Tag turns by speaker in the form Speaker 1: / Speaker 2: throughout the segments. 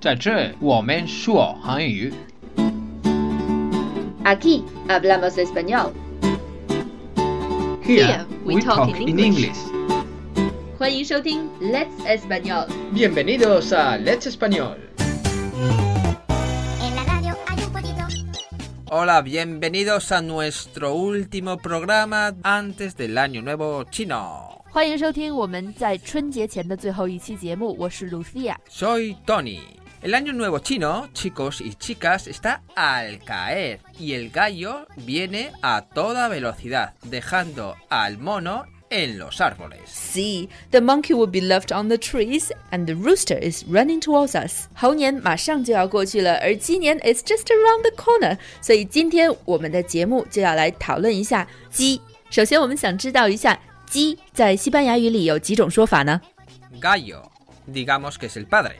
Speaker 1: 在这我们说韩语。
Speaker 2: Aquí hablamos español。Here we talk in English. 欢迎收听 Let's Español。
Speaker 3: Bienvenidos a Let's Español.
Speaker 4: En la radio hay un pollito.
Speaker 5: Hola, bienvenidos a nuestro último programa antes del Año Nuevo Chino.
Speaker 6: 欢迎收听我们在春节前的最后一期节目，我是 Lucia。
Speaker 5: Soy Tony. El Año Nuevo Chino, chicos y chicas, está al caer y el gallo viene a toda velocidad, dejando al mono en los árboles.
Speaker 7: See, the monkey will be left on the trees, and the rooster is running towards us. 猴年马上就要过去了，而鸡年 is just around the corner。所以今天我们的节目就要来讨论一下鸡。首先，我们想知道一下鸡在西班牙语里有几种说法呢
Speaker 5: Gallo, digamos que es el padre.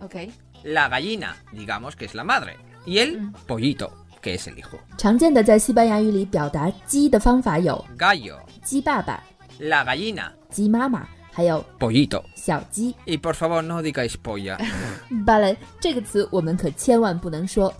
Speaker 6: OK，
Speaker 5: La gallina, digamos que es la madre. Y el pollito, que es el hijo.
Speaker 6: 常见的在西班牙语里表达鸡的方法有
Speaker 5: Gallo,
Speaker 6: 鸡爸爸、
Speaker 5: la gallina,
Speaker 6: 鸡妈妈，还有
Speaker 5: pollito.
Speaker 6: 小鸡。
Speaker 5: Y por favor no digáis polla.
Speaker 6: 巴雷这个词我们可千万不能说。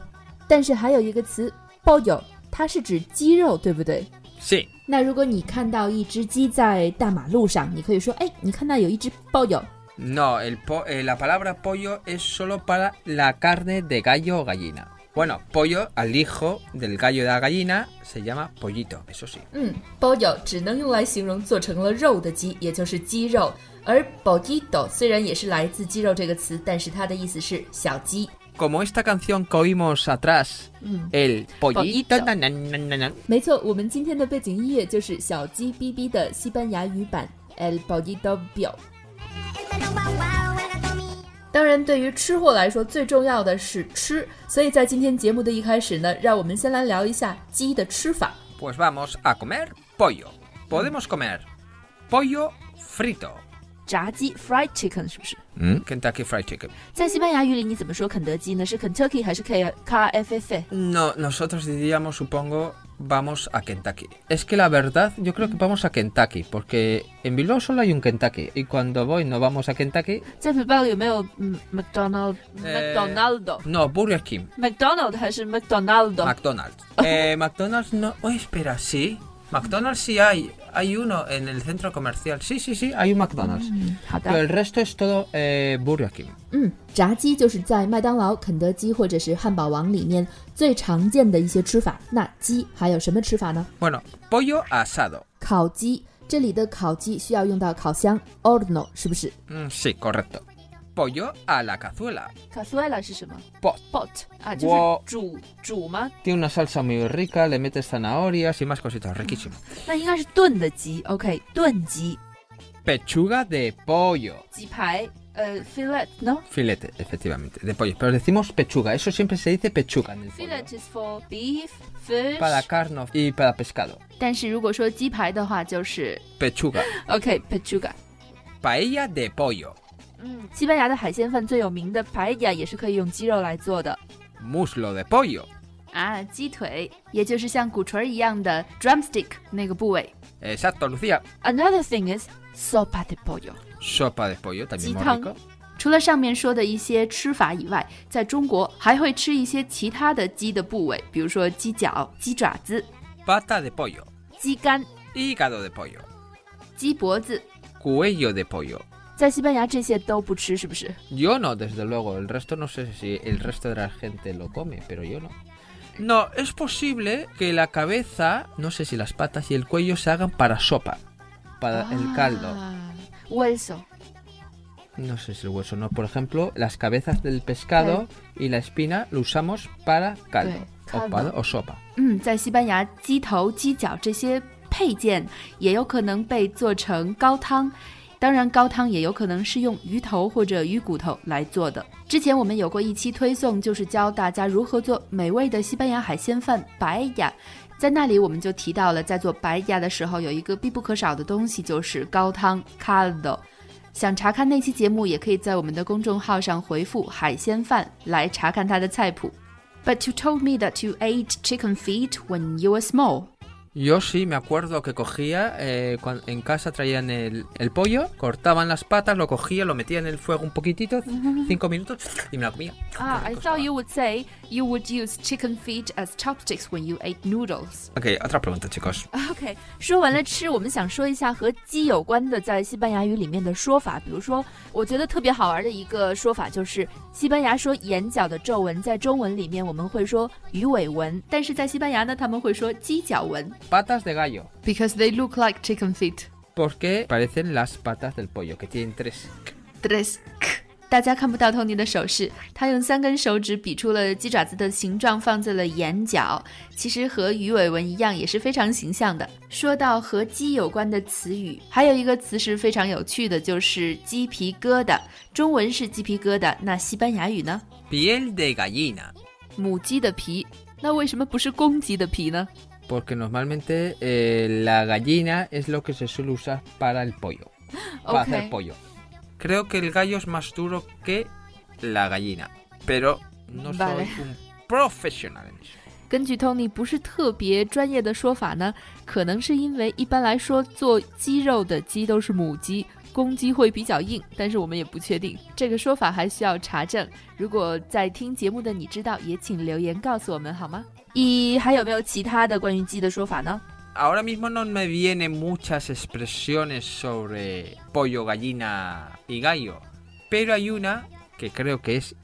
Speaker 6: 但是还有一个词 b o y o 它是指鸡肉，对不对？
Speaker 5: Sí,
Speaker 6: 那如果你看到一只鸡在大马路上，你可以说：“哎，你看到有一只包友。
Speaker 5: No, el po- eh, la palabra pollo es solo para la carne de gallo o gallina. Bueno, pollo al hijo del gallo y de la gallina se llama pollito, eso sí. ”
Speaker 7: 嗯包友只能用来形容做成了肉的鸡，也就是鸡肉。而 pollito 虽然也是来自“鸡肉”这个词，但是它的意思是小鸡。
Speaker 5: Como esta canción que oímos atrás, el pollito,
Speaker 7: Pollito.
Speaker 5: na, na, na, na, na,
Speaker 6: 没错，我们今天的背景音乐就是小鸡哔哔的西班牙语版 El Pollito Bio。
Speaker 4: El perro guau guau, el gato mío.
Speaker 7: 当然，对于吃货来说，最重要的是吃。所以在今天节目的一开始呢，让我们先来聊一下鸡的吃法。
Speaker 5: pues vamos a comer pollo. Podemos comer pollo frito.
Speaker 6: 炸鸡 （fried chicken） 是不是？
Speaker 5: Kentucky Fried Chicken.
Speaker 6: 在西班牙语里你怎么说肯德基呢？是 Kentucky 还是 K K F F F？
Speaker 5: No, nosotros diríamos, supongo, vamos a Kentucky. Es que la verdad, yo creo que vamos a Kentucky, porque en Bilbao solo hay un Kentucky, y cuando voy no vamos a Kentucky,
Speaker 6: 在北半有没有嗯 McDonald、
Speaker 8: Eh,
Speaker 5: 呃
Speaker 6: McDonaldo、
Speaker 5: no, Burger King,
Speaker 6: McDonald 还是 McDonaldo？
Speaker 5: McDonald's. Eh, McDonald's no, oh, espera, sí, McDonald's sí hay, hay uno en el centro comercial, sí, sí, sí, hay un McDonald's,
Speaker 8: Mm,
Speaker 6: 嗯好的
Speaker 5: pero。el resto es todo eh, Burger King.
Speaker 6: 嗯，炸鸡就是在麦当劳、肯德基或者是汉堡王里面最常见的一些吃法。那鸡还有什么吃法呢？
Speaker 5: Bueno, pollo asado,
Speaker 6: 烤鸡，这里的烤鸡需要用到烤箱 （horno），是不是
Speaker 5: Mm, sí, correcto. Pollo a la cazuela,
Speaker 6: ？Cazuela 是什么
Speaker 5: Pot
Speaker 6: ？Pot 啊，
Speaker 5: 就是我
Speaker 6: 煮煮吗？
Speaker 5: tiene una salsa muy rica, le metes zanahorias y más cositas, riquísimo.
Speaker 6: 那应该是炖的鸡。OK，炖鸡，
Speaker 5: Pechuga de pollo.
Speaker 6: 鸡排，呃，fillet no。
Speaker 5: Filete, efectivamente, de pollo. Pero decimos pechuga, eso siempre se dice pechuga en el pollo.
Speaker 6: Fillet is for beef,
Speaker 5: Para
Speaker 6: fish。
Speaker 5: carne y para pescado.
Speaker 6: 但是如果说鸡排的话，就是
Speaker 5: Pechuga.
Speaker 6: OK pechuga。
Speaker 5: Paella de pollo.
Speaker 6: 嗯，西班牙的海鲜饭最有名的 paella 也是可以用鸡肉来做的。
Speaker 5: Muslo de pollo.
Speaker 8: 啊，鸡腿，也就是像骨锤儿一样的 drumstick 那个部位。
Speaker 5: Exacto, Lucía.
Speaker 6: Another thing is sopa de pollo。
Speaker 5: Sopa de pollo, también muy
Speaker 6: Chitang.
Speaker 5: rico.
Speaker 8: 除了上面说的一些吃法以外，在中国还会吃一些其他的鸡的部位，比如说鸡脚、鸡爪子、
Speaker 5: Pata de pollo.
Speaker 8: 鸡肝、
Speaker 5: Hígado de pollo.
Speaker 8: 鸡脖子。
Speaker 5: Cuello de pollo.
Speaker 6: 在西班牙这些都不吃，是不是？
Speaker 5: Yo no, desde luego. El resto no sé si el resto de la gente lo come, pero yo no. No, es posible que la cabeza, no sé si las patas y el cuello se hagan para sopa, para 呃
Speaker 8: 啊 Ah.
Speaker 5: el caldo.
Speaker 6: 我也是。
Speaker 5: No sé si el hueso no. Por ejemplo, las cabezas del pescado y la espina lo usamos para caldo. O,
Speaker 6: caldo.
Speaker 5: para- o sopa.
Speaker 8: 嗯，在西班牙，鸡头、鸡脚这些配件也有可能被做成高汤。当然，高汤也有可能是用鱼头或者鱼骨头来做的。之前我们有过一期推送，就是教大家如何做美味的西班牙海鲜饭白雅。在那里，我们就提到了，在做白雅的时候，有一个必不可少的东西就是高汤 （caldo）。想查看那期节目，也可以在我们的公众号上回复“海鲜饭”来查看它的菜谱。But you told me that you ate chicken feet when you were small.
Speaker 5: Yo sí me acuerdo que cogía, eh, cuan- en casa traían el, el pollo, cortaban las patas, lo cogía, lo metía en el fuego un poquitito, cinco minutos, y me la comía.
Speaker 8: Ah,
Speaker 5: Qué
Speaker 8: I
Speaker 5: rico
Speaker 8: thought
Speaker 5: estaba.
Speaker 8: you would say you would use chicken feet as chopsticks when you ate noodles.
Speaker 5: Ok, otra pregunta, chicos.
Speaker 8: OK，说完了吃，我们想说一下和鸡有关的在西班牙语里面的说法。比如说，我觉得特别好玩的一个说法就是，西班牙说眼角的皱纹，在中文里面我们会说鱼尾纹，但是在西班牙呢，他们会说鸡脚纹
Speaker 5: Patas de gallo.
Speaker 8: ，because they look like chicken feet。
Speaker 5: Porque parecen las patas del pollo, que tienen tres.
Speaker 8: tres。大家看不到 Tony 的手势，他用三根手指比出了鸡爪子的形状，放在了眼角。其实和鱼尾纹一样，也是非常形象的。说到和鸡有关的词语，还有一个词是非常有趣的，就是鸡皮疙瘩。中文是鸡皮疙瘩，那西班牙语呢？
Speaker 5: Piel de gallina.
Speaker 8: 母鸡的皮，那为什么不是公鸡的皮呢？
Speaker 5: Porque normalmente eh, la gallina es lo que se suele usar para el pollo. Para hacer pollo. Creo que el gallo es más duro que la gallina. Pero no
Speaker 8: Vale.
Speaker 5: soy un profesional en eso.
Speaker 8: 根据 Tony 不是特别专业的说法呢，可能是因为一般来说做鸡肉的鸡都是母鸡，公鸡会比较硬，但是我们也不确定这个说法还需要查证。如果在听节目的你知道，也请留言告诉我们好吗？一还有没有其他的关于鸡的说法呢？
Speaker 5: Ahora mismo no me vienen muchas expresiones sobre pollo, gallina y gallo. Pero hay una que creo que es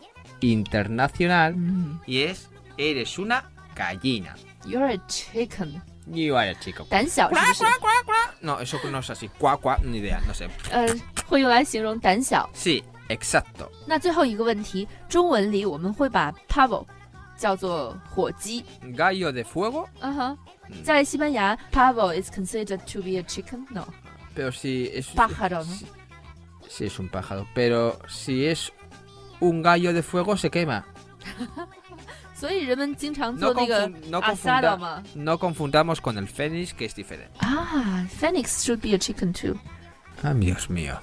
Speaker 5: internacional
Speaker 8: 嗯
Speaker 5: y es eres una gallina.
Speaker 8: ，You're a chicken，
Speaker 5: Y vaya chico.
Speaker 8: 胆小是不是？
Speaker 5: No, eso no es así. Cuá, cuá, ni idea, no sé.
Speaker 8: 呃，会用来形容胆小。
Speaker 5: Sí, exacto.
Speaker 8: 那最后一个问题，中文里我们会把 pavo 叫做火鸡。
Speaker 5: Gallo de fuego.
Speaker 8: 嗯哼，
Speaker 5: 嗯
Speaker 8: 在西班牙，pavo is considered to be a chicken. No,
Speaker 5: Pero si es.
Speaker 8: pájaro. 呢
Speaker 5: Si, si es un pájaro. Pero si es un gallo de fuego, se quema.
Speaker 8: 所以人们经常
Speaker 5: No,
Speaker 8: 做那个
Speaker 5: confun- no,
Speaker 8: 阿萨
Speaker 5: confunda-
Speaker 8: 的嘛。
Speaker 5: no confundamos con el fénix, que es diferente.
Speaker 8: 啊，phoenix should be a chicken too.
Speaker 5: Ah, Dios mío.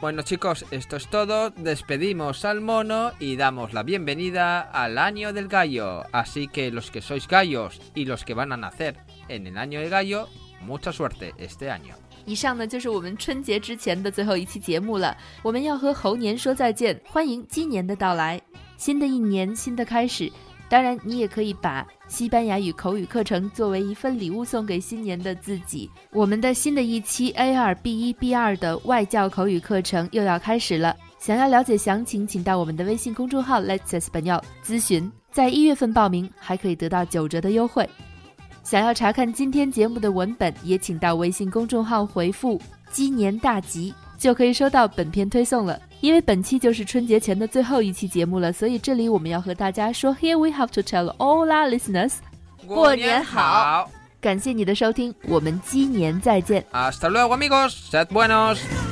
Speaker 5: Bueno, chicos, esto es todo. Despedimos al mono y damos la bienvenida al año del gallo. Así que los que sois gallos y los que van a nacer en el año del gallo, mucha suerte este año.
Speaker 8: 以上呢就是我们春节之前的最后一期节目了，我们要和猴年说再见，欢迎今年的到来，新的一年新的开始。当然，你也可以把西班牙语口语课程作为一份礼物送给新年的自己。我们的新的一期 A 二 B 一 B 二的外教口语课程又要开始了，想要了解详情，请到我们的微信公众号 Let's Español 咨询。在一月份报名还可以得到九折的优惠。想要查看今天节目的文本，也请到微信公众号回复“鸡年大吉”，就可以收到本片推送了。因为本期就是春节前的最后一期节目了，所以这里我们要和大家说，Here we have to tell all our listeners，
Speaker 5: 好
Speaker 8: 感谢你的收听，我们鸡年再见。
Speaker 5: Hasta luego amigos, sed buenos.